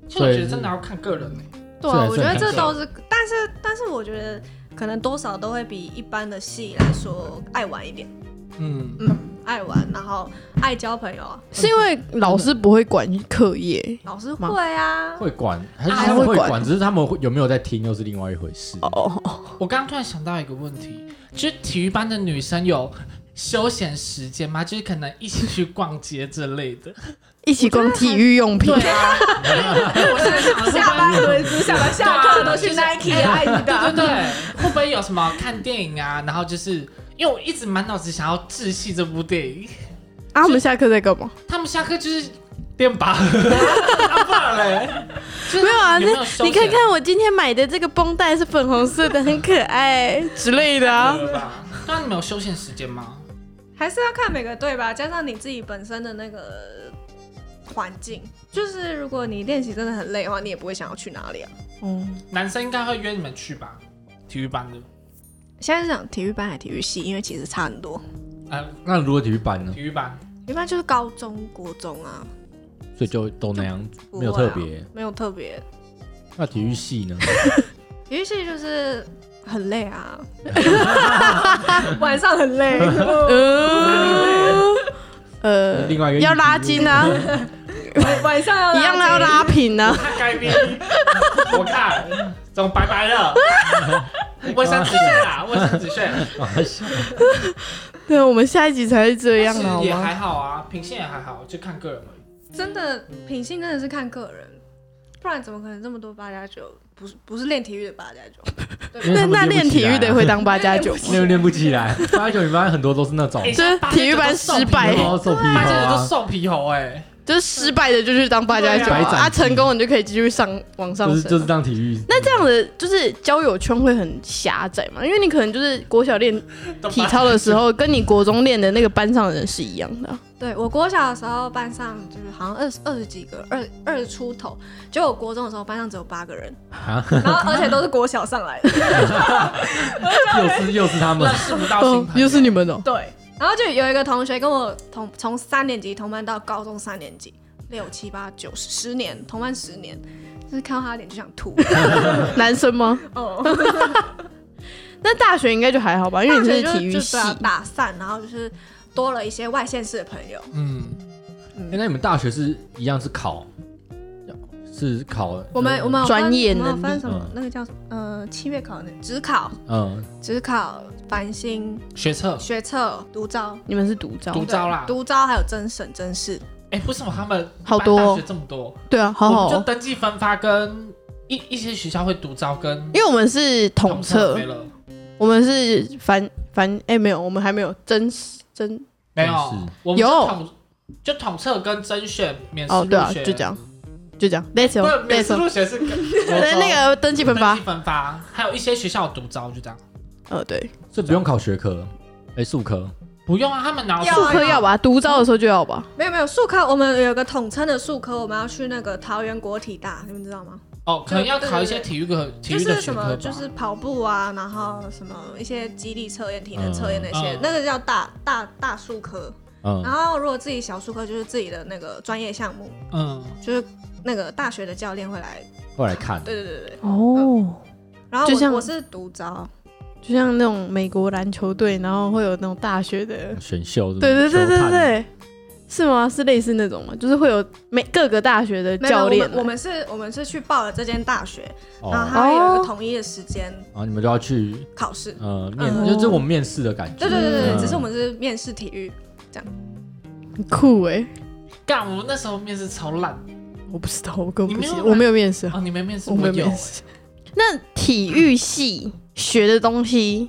Speaker 3: 其实我觉得真的要看个人欸呢、
Speaker 4: 对
Speaker 2: 这
Speaker 4: 啊，
Speaker 2: 也
Speaker 4: 我
Speaker 2: 是
Speaker 4: 觉得
Speaker 2: 很
Speaker 4: 这
Speaker 2: 重要
Speaker 4: 都是，但是但是我觉得可能多少都会比一般的戏来说爱玩一点，
Speaker 3: 嗯，
Speaker 4: 嗯，爱玩，然后爱交朋友啊，
Speaker 1: 是因为老师不会管课业
Speaker 4: 老师会啊，
Speaker 2: 会管还是
Speaker 1: 啊
Speaker 2: 他们会
Speaker 1: 会管
Speaker 2: 管，只是他们会有没有在听又是另外一回事。
Speaker 1: 哦，
Speaker 3: 我刚刚突然想到一个问题，就是体育班的女生有休闲时间吗？就是可能一起去逛街之类 的。
Speaker 1: 一起逛体育用品
Speaker 3: 对，啊，我现在想
Speaker 4: 下班回族，下班下课都去
Speaker 3: 对啊
Speaker 4: Nike 啊，爱你
Speaker 3: 对对
Speaker 4: 的。
Speaker 3: 对，会不会有什么看电影啊？然后就是因为我一直满脑子想要致戏这部电影，
Speaker 1: 啊，我们下课在干嘛？
Speaker 3: 他们下课就是练拔河， 啊不然嘞，就是
Speaker 1: 没有啊，
Speaker 3: 有
Speaker 1: 那
Speaker 3: 没有休闲
Speaker 1: 你看看我今天买的这个绷带是粉红色的，很可爱之类的啊。
Speaker 3: 对吧？那你们有休闲时间吗？
Speaker 4: 还是要看每个队吧，加上你自己本身的那个环境。就是如果你练习真的很累的话，你也不会想要去哪里啊。
Speaker 1: 嗯，
Speaker 3: 男生应该会约你们去吧？体育班的，
Speaker 4: 现在是讲体育班还是体育系，因为其实差很多。
Speaker 3: 呃，
Speaker 2: 那如果体育班呢
Speaker 3: 体？育班，
Speaker 4: 一般就是高中、国中啊，
Speaker 2: 所以就都那样，
Speaker 4: 不
Speaker 2: 没有
Speaker 4: 会
Speaker 2: 特
Speaker 4: 啊
Speaker 2: 别。
Speaker 4: 没有特别。
Speaker 2: 那体育系 呢？
Speaker 4: 体育系就是很累啊， 晚上很累。
Speaker 1: 呃，呃
Speaker 2: 另外一个
Speaker 1: 要拉筋啊，
Speaker 4: 晚上要
Speaker 1: 一样
Speaker 4: 拉
Speaker 1: 要
Speaker 4: 筋
Speaker 1: 拉平啊。
Speaker 3: 他该边，我看怎么白白 的？卫生纸屑啦，卫生纸屑，
Speaker 2: 啊
Speaker 1: 对，我们下一集才是这样
Speaker 3: 其
Speaker 1: 啊，好
Speaker 3: 实也还
Speaker 1: 吗？
Speaker 3: 好啊，品性也还好，就看个人而已。
Speaker 4: 真的品性真的是看个人，不然怎么可能这么多八加九？不是不是练体育的八加九，
Speaker 2: 因为
Speaker 1: 那
Speaker 2: 他们
Speaker 1: 那
Speaker 2: 练
Speaker 1: 练
Speaker 2: 不起
Speaker 1: 体
Speaker 2: 来啊
Speaker 1: 育的会当八加九吗？
Speaker 2: 练练不 起来。八九你发现很多都是那种，
Speaker 3: 哎
Speaker 1: 就是体育班失败
Speaker 2: 然，后瘦皮
Speaker 3: 发
Speaker 2: 猴
Speaker 3: 现都
Speaker 2: 啊，
Speaker 3: 瘦皮猴哎，
Speaker 1: 就是失败的就去当八加九
Speaker 3: 对啊
Speaker 1: 啊，啊成功你就可以继续上往上
Speaker 2: 就是
Speaker 1: 升。
Speaker 2: 就是当体育。
Speaker 1: 啊那这样的就是交友圈会很狭窄嘛？因为你可能就是国小练
Speaker 3: 都
Speaker 1: 体操的时候，跟你国中练的那个班上的人是一样的啊、
Speaker 4: 对我国小的时候，班上就是好像二十二十几个，二二十出头。就我国中的时候，班上只有八个人，
Speaker 1: 啊
Speaker 4: 然后而且都是国小上来的。
Speaker 2: 又是又是他们
Speaker 3: 认，识不到新朋友，
Speaker 1: 你们哦、
Speaker 4: 对，然后就有一个同学跟我同从三年级同班到高中三年级，六七八九十十年同班十年，就是看到他的脸就想 吐。
Speaker 1: 男生吗？
Speaker 4: 哦，
Speaker 1: 那大学应该就还好吧，因为
Speaker 4: 大
Speaker 1: 你
Speaker 4: 学
Speaker 1: 是
Speaker 4: 就
Speaker 1: 体育
Speaker 4: 就
Speaker 1: 系
Speaker 4: 是。要打散，然后就是多了一些外县市的朋友。
Speaker 3: 嗯，
Speaker 2: 哎那你们大学是一样是考，是考
Speaker 4: 我们我们有分
Speaker 1: 专业
Speaker 4: 我们有
Speaker 1: 能力
Speaker 4: 分什么
Speaker 2: 嗯？
Speaker 4: 那个叫呃七月考那职考、
Speaker 2: 嗯
Speaker 4: 职考、繁星、
Speaker 3: 学测、
Speaker 4: 学测、独招。
Speaker 1: 你们是哦独招，
Speaker 3: 独招啦。
Speaker 4: 独招还有真审真试，
Speaker 3: 哎，为什么他们
Speaker 1: 好多哦
Speaker 3: 班大学这么多？
Speaker 1: 对啊，好好
Speaker 3: 我们就
Speaker 1: 哦、
Speaker 3: 登记分发跟一一些学校会独招跟
Speaker 1: 因为我们是统测
Speaker 3: 没，了，
Speaker 1: 我们是反反哎、没有，我们还没有真实真
Speaker 3: 没
Speaker 2: 是
Speaker 3: 有，我们就
Speaker 1: 有
Speaker 3: 统就统测跟甄选免试
Speaker 1: 哦，对啊
Speaker 3: 入，学
Speaker 1: 就这样，就这样，That's
Speaker 3: 不
Speaker 1: all，
Speaker 3: 是免
Speaker 1: That's
Speaker 3: 试
Speaker 1: all。
Speaker 3: 入学是
Speaker 1: 那那个登记分
Speaker 3: 登
Speaker 1: 发
Speaker 3: 记，分发，还有一些学校有独招，就这样。
Speaker 1: 呃，对，
Speaker 2: 所以不用考学科，哎，数科
Speaker 3: 不用啊，他们拿
Speaker 4: 要
Speaker 1: 数
Speaker 4: 啊
Speaker 1: 科要吧，独招的时候就要吧。
Speaker 4: 没有没有，术科我们有个统称的术科，我们要去那个桃园国体大，你们知道吗？
Speaker 3: 哦，可能要考一些
Speaker 4: 对对对
Speaker 3: 体育课、体
Speaker 4: 就
Speaker 3: 育的
Speaker 4: 是
Speaker 3: 学
Speaker 4: 什
Speaker 3: 科吧
Speaker 4: 么，就是跑步啊，然后什么一些肌力测验、体能测验那些，
Speaker 3: 嗯嗯
Speaker 4: 那个叫大大大术科。
Speaker 2: 嗯
Speaker 1: 啊
Speaker 4: 然后如果自己小术科，就是自己的那个专业项目，
Speaker 3: 嗯，
Speaker 4: 就是那个大学的教练会来。
Speaker 2: 会来看，
Speaker 4: 对对对对。
Speaker 1: 哦，
Speaker 4: 然后
Speaker 1: 就像
Speaker 4: 我我是独招，
Speaker 1: 就像那种美国篮球队，然后会有那种大学的，
Speaker 2: 选秀是不
Speaker 1: 对对
Speaker 2: 是
Speaker 1: 对对
Speaker 2: 球探
Speaker 1: 对对，是吗？是类似那种吗？就是会有每各个大学的
Speaker 4: 没有
Speaker 1: 教练啊
Speaker 4: 我们我们是我们是去报了这间大学，
Speaker 2: 哦，
Speaker 4: 然
Speaker 2: 然
Speaker 4: 后它会有一
Speaker 1: 哦
Speaker 4: 个统一的时间
Speaker 2: 后你们就要去
Speaker 4: 考试。
Speaker 2: 呃面，
Speaker 4: 嗯
Speaker 2: 就是我们面试的感觉
Speaker 4: 对，对对对，
Speaker 2: 嗯
Speaker 4: 对只是我们是面试体育，
Speaker 1: 很酷哎、
Speaker 3: 干，我们那时候面试超烂
Speaker 1: 我不知道，我根本不
Speaker 3: 你没有
Speaker 1: 行，
Speaker 3: 吗
Speaker 1: 我没有面试啊，
Speaker 3: 哦，你没面试，
Speaker 1: 我没有
Speaker 3: 有
Speaker 1: 面试。那体育系学的东西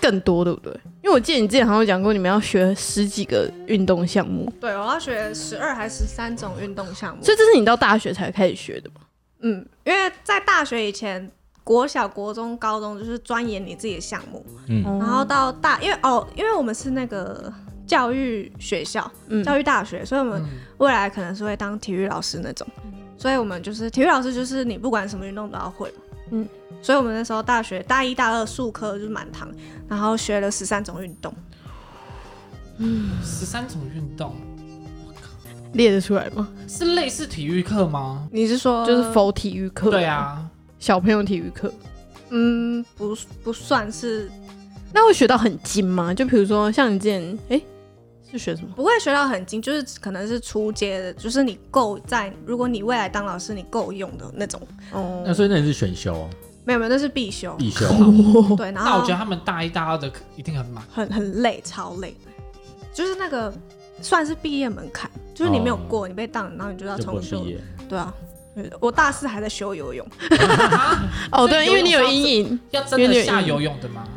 Speaker 1: 更多，对不对？因为我记得你之前好像有讲过，你们要学十几个运动项目，
Speaker 4: 对我要学十二还是十三种运动项目。
Speaker 1: 所以这是你到大学才开始学的吗？
Speaker 4: 嗯，因为在大学以前，国小、国中、高中就是钻研你自己的项目，
Speaker 2: 嗯
Speaker 4: 然后到大，因为哦，因为我们是那个教育学校、
Speaker 1: 嗯
Speaker 4: 教育大学，所以我们
Speaker 3: 嗯
Speaker 4: 未来可能是会当体育老师那种。所以我们就是体育老师，就是你不管什么运动都要会嘛。
Speaker 1: 嗯
Speaker 4: 嗯，所以我们那时候大学大一、大二数科就是满堂，然后学了十三种运动。
Speaker 3: 嗯十三种运动
Speaker 1: 列得出来吗？
Speaker 3: 是类似体育课吗？
Speaker 4: 你是说
Speaker 1: 就是否体育课，
Speaker 3: 对，啊，
Speaker 1: 小朋友体育课。
Speaker 4: 嗯，不不算是
Speaker 1: 那会学到很精吗？就比如说像你之前，哎、是学什么？
Speaker 4: 不会学到很精，就是可能是初阶的，就是你够在，如果你未来当老师，你够用的那种。
Speaker 1: 哦
Speaker 2: 那所以那也是选修
Speaker 4: 没有没有，那是必修。
Speaker 2: 必 修啊，
Speaker 1: 哦
Speaker 4: 对，然
Speaker 3: 那我
Speaker 4: 后
Speaker 3: 觉得他们大一、大二的课一定很 忙。
Speaker 4: 很很累，超累，就是那个算是毕业门槛，就是你没有过，你被当，然后你就要
Speaker 2: 就不
Speaker 4: 重
Speaker 2: 能
Speaker 4: 修
Speaker 2: 毕。业，
Speaker 4: 对啊，对我大四还在修游泳。
Speaker 1: 哦，
Speaker 3: 所
Speaker 1: 对，
Speaker 3: 以
Speaker 1: 因为你
Speaker 3: 游
Speaker 1: 有
Speaker 3: 泳是要
Speaker 1: 阴影，
Speaker 3: 要真的下游泳的吗？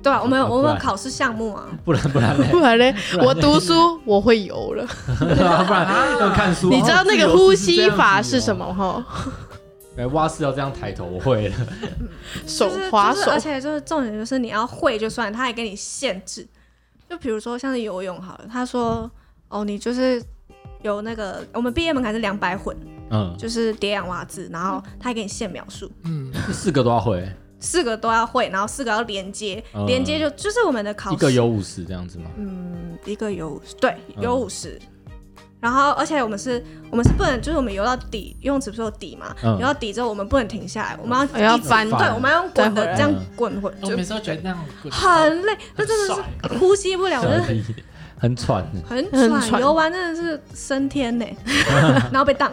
Speaker 4: 对啊，我们有
Speaker 2: 好
Speaker 4: 我们
Speaker 2: 怪
Speaker 4: 有考试项目啊，
Speaker 2: 不然不然嘞，
Speaker 1: 不然嘞，
Speaker 2: 哎不然嘞
Speaker 1: 我读书我会游了。
Speaker 2: 不然要看 书。
Speaker 1: 你知道那个呼吸法是什么？哈？
Speaker 2: 哎，蛙式要这样抬头，我会了。
Speaker 1: 手
Speaker 4: 就是
Speaker 1: 滑
Speaker 4: 就是
Speaker 1: 手
Speaker 4: 而，且就是重点就是你要会就算，他还给你限制。就比如说像是游泳好了，他说哦，你就是有那个我们毕业门槛是两百混，
Speaker 2: 嗯，
Speaker 4: 就是蝶氧蛙字，然后他还给你限秒数，
Speaker 3: 嗯，
Speaker 2: 四个都要会，
Speaker 4: 四个都要会，然后四个要连接，
Speaker 2: 嗯
Speaker 4: 连接就就是我们的考试
Speaker 2: 一个有五十这样子吗？
Speaker 4: 嗯一个有对
Speaker 2: 嗯
Speaker 4: 有五十。然后，而且我们是，我们是不能，就是我们游到底，游泳池不是有底嘛？
Speaker 2: 嗯
Speaker 4: 游到底之后，我们不能停下来，我们
Speaker 1: 哎要
Speaker 4: 要一直
Speaker 1: 翻
Speaker 4: 对，我们要用滚的
Speaker 1: 再哦
Speaker 2: 回来
Speaker 4: 这样滚回，
Speaker 3: 我
Speaker 4: 就
Speaker 3: 每次都觉得那样滚
Speaker 4: 很累，那真的
Speaker 3: 很
Speaker 4: 是呼吸不了，我真的
Speaker 2: 很喘，
Speaker 4: 很
Speaker 1: 很
Speaker 4: 喘，
Speaker 1: 喘
Speaker 4: 游完真的是 升天呢、然后被当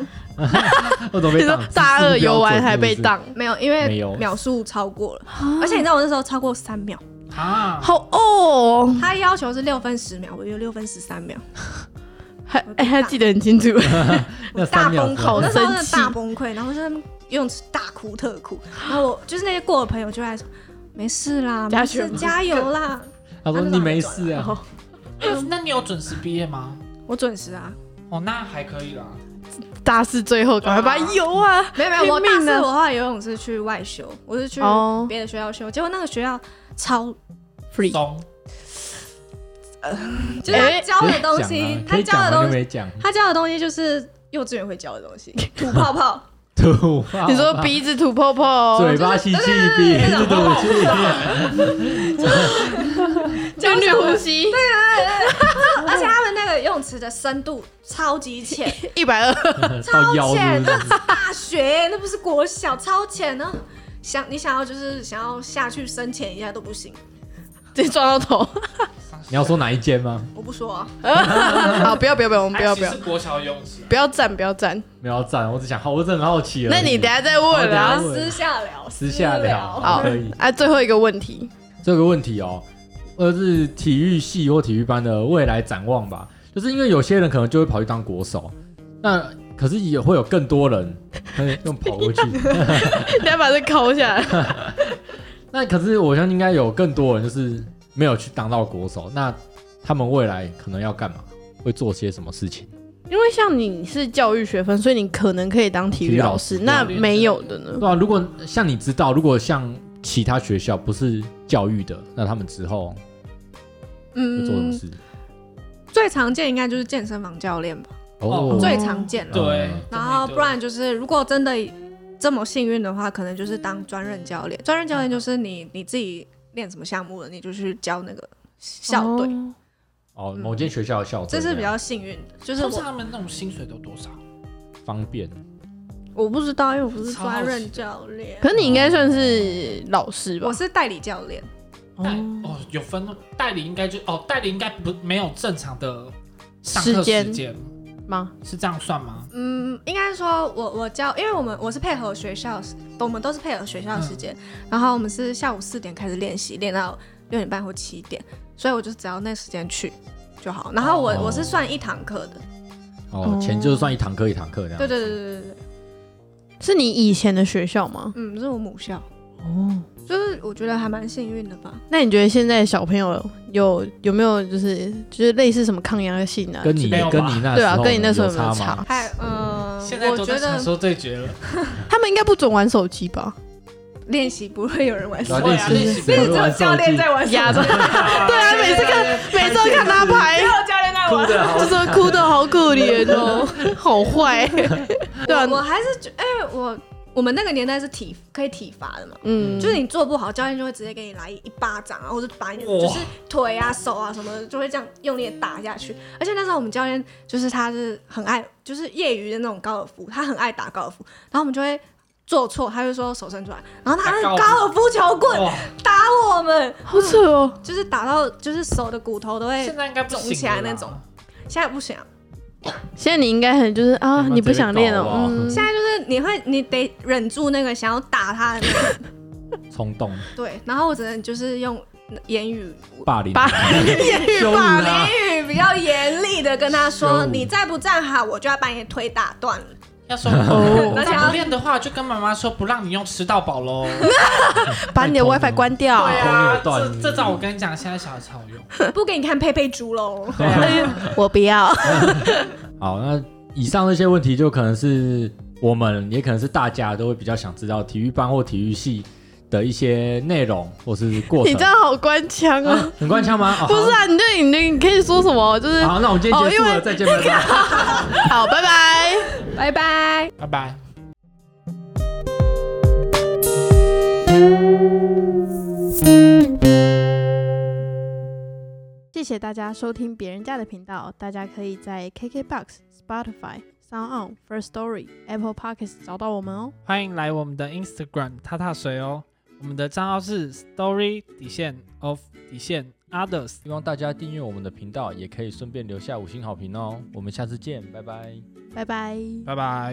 Speaker 2: 我怎么
Speaker 1: 你
Speaker 2: 被
Speaker 1: 说
Speaker 2: 当？
Speaker 1: 大二游完还被
Speaker 2: 当，
Speaker 1: 当，
Speaker 4: 没有，因
Speaker 2: 没
Speaker 4: 为
Speaker 2: 有
Speaker 4: 秒数超过了，
Speaker 1: 啊
Speaker 4: 而且你知道我那时候超过三秒，
Speaker 3: 啊！
Speaker 1: 好哦，
Speaker 4: 他要求是六分十秒，我有六分十三秒，
Speaker 1: 还哎还记得很清楚，
Speaker 2: 那
Speaker 4: 我大
Speaker 2: 三秒
Speaker 4: 崩溃，
Speaker 1: 好
Speaker 4: 我那时候真
Speaker 1: 生
Speaker 4: 的
Speaker 1: 气
Speaker 4: 大崩溃，然后在那边游泳池大哭特哭，然后我就是那些过的朋友就来说。没事啦，
Speaker 1: 加
Speaker 4: 没
Speaker 1: 油
Speaker 4: 事，加油啦！
Speaker 2: 他说你没事啊，
Speaker 3: 那那你有准时毕业吗？
Speaker 4: 我准时啊，
Speaker 3: 哦，那还可以啦。
Speaker 1: 大四最后赶快把它游啊！
Speaker 4: 没有没有，我大
Speaker 1: 拼命
Speaker 4: 四
Speaker 1: 啊
Speaker 4: 我后来游泳是去外修，我是去
Speaker 1: 哦
Speaker 4: 别的学校修，结果那个学校超
Speaker 1: ，free，
Speaker 3: 松，
Speaker 4: 就是他教的东西，
Speaker 2: 可
Speaker 4: 他
Speaker 2: 以
Speaker 4: 教
Speaker 2: 讲
Speaker 4: 的
Speaker 2: 完就
Speaker 4: 东西，
Speaker 2: 没讲。
Speaker 4: 他教的东西就是幼稚园会教的东西，吐 泡泡，
Speaker 2: 吐，
Speaker 1: 你说鼻子吐泡泡，
Speaker 2: 啊嘴巴吸气，鼻子吐气，
Speaker 1: 就略呼吸
Speaker 4: 而且他们那个游泳池的深度超级浅，
Speaker 1: 一百二，
Speaker 2: 到腰是不是？
Speaker 4: 大学那不是国小，超浅呢。想你想要就是想要下去深潜一下都不行，
Speaker 1: 直接撞到头。
Speaker 2: 你要说哪一间吗？
Speaker 4: 我不说啊，
Speaker 1: 好，不要不要不要，我们
Speaker 3: 哎
Speaker 1: 不要不要
Speaker 3: 其实是国小游泳池啊，
Speaker 1: 不要站不要站，
Speaker 2: 没有赞，我只想好，我真的很好奇而已。
Speaker 1: 那你等下再问
Speaker 2: 好
Speaker 1: 啊
Speaker 2: 等。下
Speaker 4: 私下聊，
Speaker 2: 私下聊
Speaker 1: 好
Speaker 2: 可以
Speaker 1: 啊，最后一个问题，
Speaker 2: 这个问题哦，呃，是体育系或体育班的未来展望吧。就是因为有些人可能就会跑去当国手，那可是也会有更多人可能用跑过 去。
Speaker 1: 等下把这抠下来。
Speaker 2: 那可是我相信应该有更多人就是没有去当到国手，那他们未来可能要干嘛？会做些什么事
Speaker 4: 嗯
Speaker 2: 情？
Speaker 1: 因为像你是教育学分，所以你可能可以当体育老师，
Speaker 2: 体育
Speaker 1: 那
Speaker 2: 老
Speaker 3: 师
Speaker 1: 没有的呢？
Speaker 2: 对啊，如果像你知道，如果像其他学校不是教育的，那他们之后会啊做什么
Speaker 4: 嗯，
Speaker 2: 事？
Speaker 4: 最常见应该就是健身房教练吧，
Speaker 2: 哦，
Speaker 4: 最常见了。
Speaker 3: 对
Speaker 2: 嗯，
Speaker 4: 然后不然就是，如果真的这么幸运的话，可能就是当专任教练。专任教练就是你你自己练什么项目了，你就去教那个校队，
Speaker 1: 哦
Speaker 2: 哦，某间学校的校队
Speaker 4: 这是比
Speaker 2: 样
Speaker 4: 较幸运的。就是
Speaker 3: 通常
Speaker 4: 我
Speaker 3: 他们那种薪水都多少？
Speaker 2: 方便。
Speaker 4: 我不知道，因为我不是专任教练，
Speaker 1: 可是你应该算是老师吧
Speaker 4: 我？是代理教练。
Speaker 1: 哦
Speaker 3: 代哦，有分哦代理应该就哦，代理应该不没有正常的上课
Speaker 1: 时间
Speaker 3: 时间，
Speaker 1: 吗？
Speaker 3: 是这样算吗？
Speaker 4: 嗯，应该说我我教，因为我们我是配合学校，我们都是配合学校的时间，然后我们是下午四点开始练习，练到六点半或七点，所以我就只要那时间去就好。然后我、
Speaker 2: 哦
Speaker 4: 我是算一堂课的，
Speaker 2: 哦，钱就是算一堂课一堂课这样。
Speaker 4: 对对对对对对，
Speaker 1: 是你以前的学校吗？
Speaker 4: 嗯，是我母校，
Speaker 1: 哦，
Speaker 4: 就是我觉得还蛮幸运的吧。
Speaker 1: 那你觉得现在小朋友有有没有就是就是类似什么抗压性啊？
Speaker 2: 跟你
Speaker 3: 没有吧
Speaker 2: 跟你那
Speaker 1: 对啊，跟你那时候有
Speaker 2: 有
Speaker 1: 没有
Speaker 2: 吗？
Speaker 1: 差？
Speaker 4: 还嗯，
Speaker 3: 现在
Speaker 4: 我
Speaker 3: 都
Speaker 4: 觉
Speaker 3: 在传
Speaker 4: 得
Speaker 3: 说对决了，
Speaker 1: 他们应该不准玩手机吧？
Speaker 4: 练习不会有人玩手
Speaker 2: 然后
Speaker 4: 机，
Speaker 2: 练
Speaker 3: 对啊
Speaker 2: 习
Speaker 3: 练习
Speaker 2: 谁
Speaker 4: 只
Speaker 2: 会
Speaker 4: 有
Speaker 2: 玩手
Speaker 4: 教练
Speaker 2: 机
Speaker 4: 在玩手机，
Speaker 1: 压着， 对啊，每次 看每次都看他拍，
Speaker 4: 教练在
Speaker 2: 哭
Speaker 4: 玩。
Speaker 2: 的好
Speaker 1: 就。是哭的好可怜 哦，好 坏，对啊
Speaker 4: 我，我还是觉，哎，我我们那个年代是体可以体罚的嘛，
Speaker 1: 嗯，
Speaker 4: 就是你做不好，教练就会直接给你来一巴掌啊，或者把你的
Speaker 3: 哇
Speaker 4: 就是腿啊、手啊什么的，就会这样用力地打下去。而且那时候我们教练就是他是很爱，就是业余的那种高尔夫，他很爱打高尔夫，然后我们就会做错，他就说手伸出来，然后他
Speaker 3: 打
Speaker 4: 用
Speaker 3: 高尔夫
Speaker 4: 高尔夫球棍
Speaker 3: 哇，
Speaker 4: 打我们，
Speaker 1: 好扯哦，
Speaker 4: 就是打到就是手的骨头都会
Speaker 3: 现。在应该不行
Speaker 4: 哎肿起来
Speaker 3: 了啦
Speaker 4: 那种现在不行、啊，
Speaker 1: 现在你应该很就是啊，你不想练
Speaker 2: 你们
Speaker 1: 哦，
Speaker 2: 这边搞
Speaker 1: 嗯，
Speaker 4: 现在就是你会你得忍住那个想要打他的那个，
Speaker 2: 冲动
Speaker 4: 对，然后我只能就是用言语
Speaker 2: 霸凌，
Speaker 1: 霸
Speaker 4: 言
Speaker 2: 羞
Speaker 4: 语
Speaker 2: 辱
Speaker 4: 霸
Speaker 2: 啊
Speaker 4: 凌语比较严厉的跟他
Speaker 2: 羞
Speaker 4: 说：“
Speaker 2: 辱
Speaker 4: 你再不站好，我就要把你的腿打断了。
Speaker 3: 要说
Speaker 1: 哦
Speaker 3: 那想要练的话，就跟妈妈说不让你用吃到饱 喽。
Speaker 1: 把你的 WiFi 关掉，
Speaker 3: 对
Speaker 2: 朋
Speaker 3: 啊
Speaker 2: 友，断
Speaker 3: 这这招我跟你讲，现在小孩超好用。
Speaker 4: 不给你看佩佩猪喽。
Speaker 3: 对啊，
Speaker 1: 我不要，
Speaker 2: 好，那以上这些问题就可能是我们，也可能是大家都会比较想知道体育班或体育系的一些内容或是过
Speaker 1: 你
Speaker 2: 程
Speaker 1: 这。样好官腔哦，
Speaker 2: 啊很官腔吗？哦
Speaker 1: 不是啊，你对你对你可以说什么？就是
Speaker 2: 好，好，那我们今天
Speaker 1: 哦
Speaker 2: 结束
Speaker 1: 因
Speaker 2: 了，
Speaker 1: 为
Speaker 2: 再见，拜 拜。
Speaker 1: 好，拜拜。”
Speaker 4: 拜拜。
Speaker 3: 拜拜。
Speaker 1: 谢谢大家收听别人家的频道，大家可以在 KKBox、Spotify、Sound On、First Story、Apple Podcasts 找到我们哦。
Speaker 3: 欢迎来我们的 Instagram 踏踏水哦。我们的账号是 Story 底线 of 底线 Others。
Speaker 2: 希望大家订阅我们的频道，也可以顺便留下五星好评哦。我们下次见，拜拜。
Speaker 1: 拜拜。
Speaker 3: 拜拜。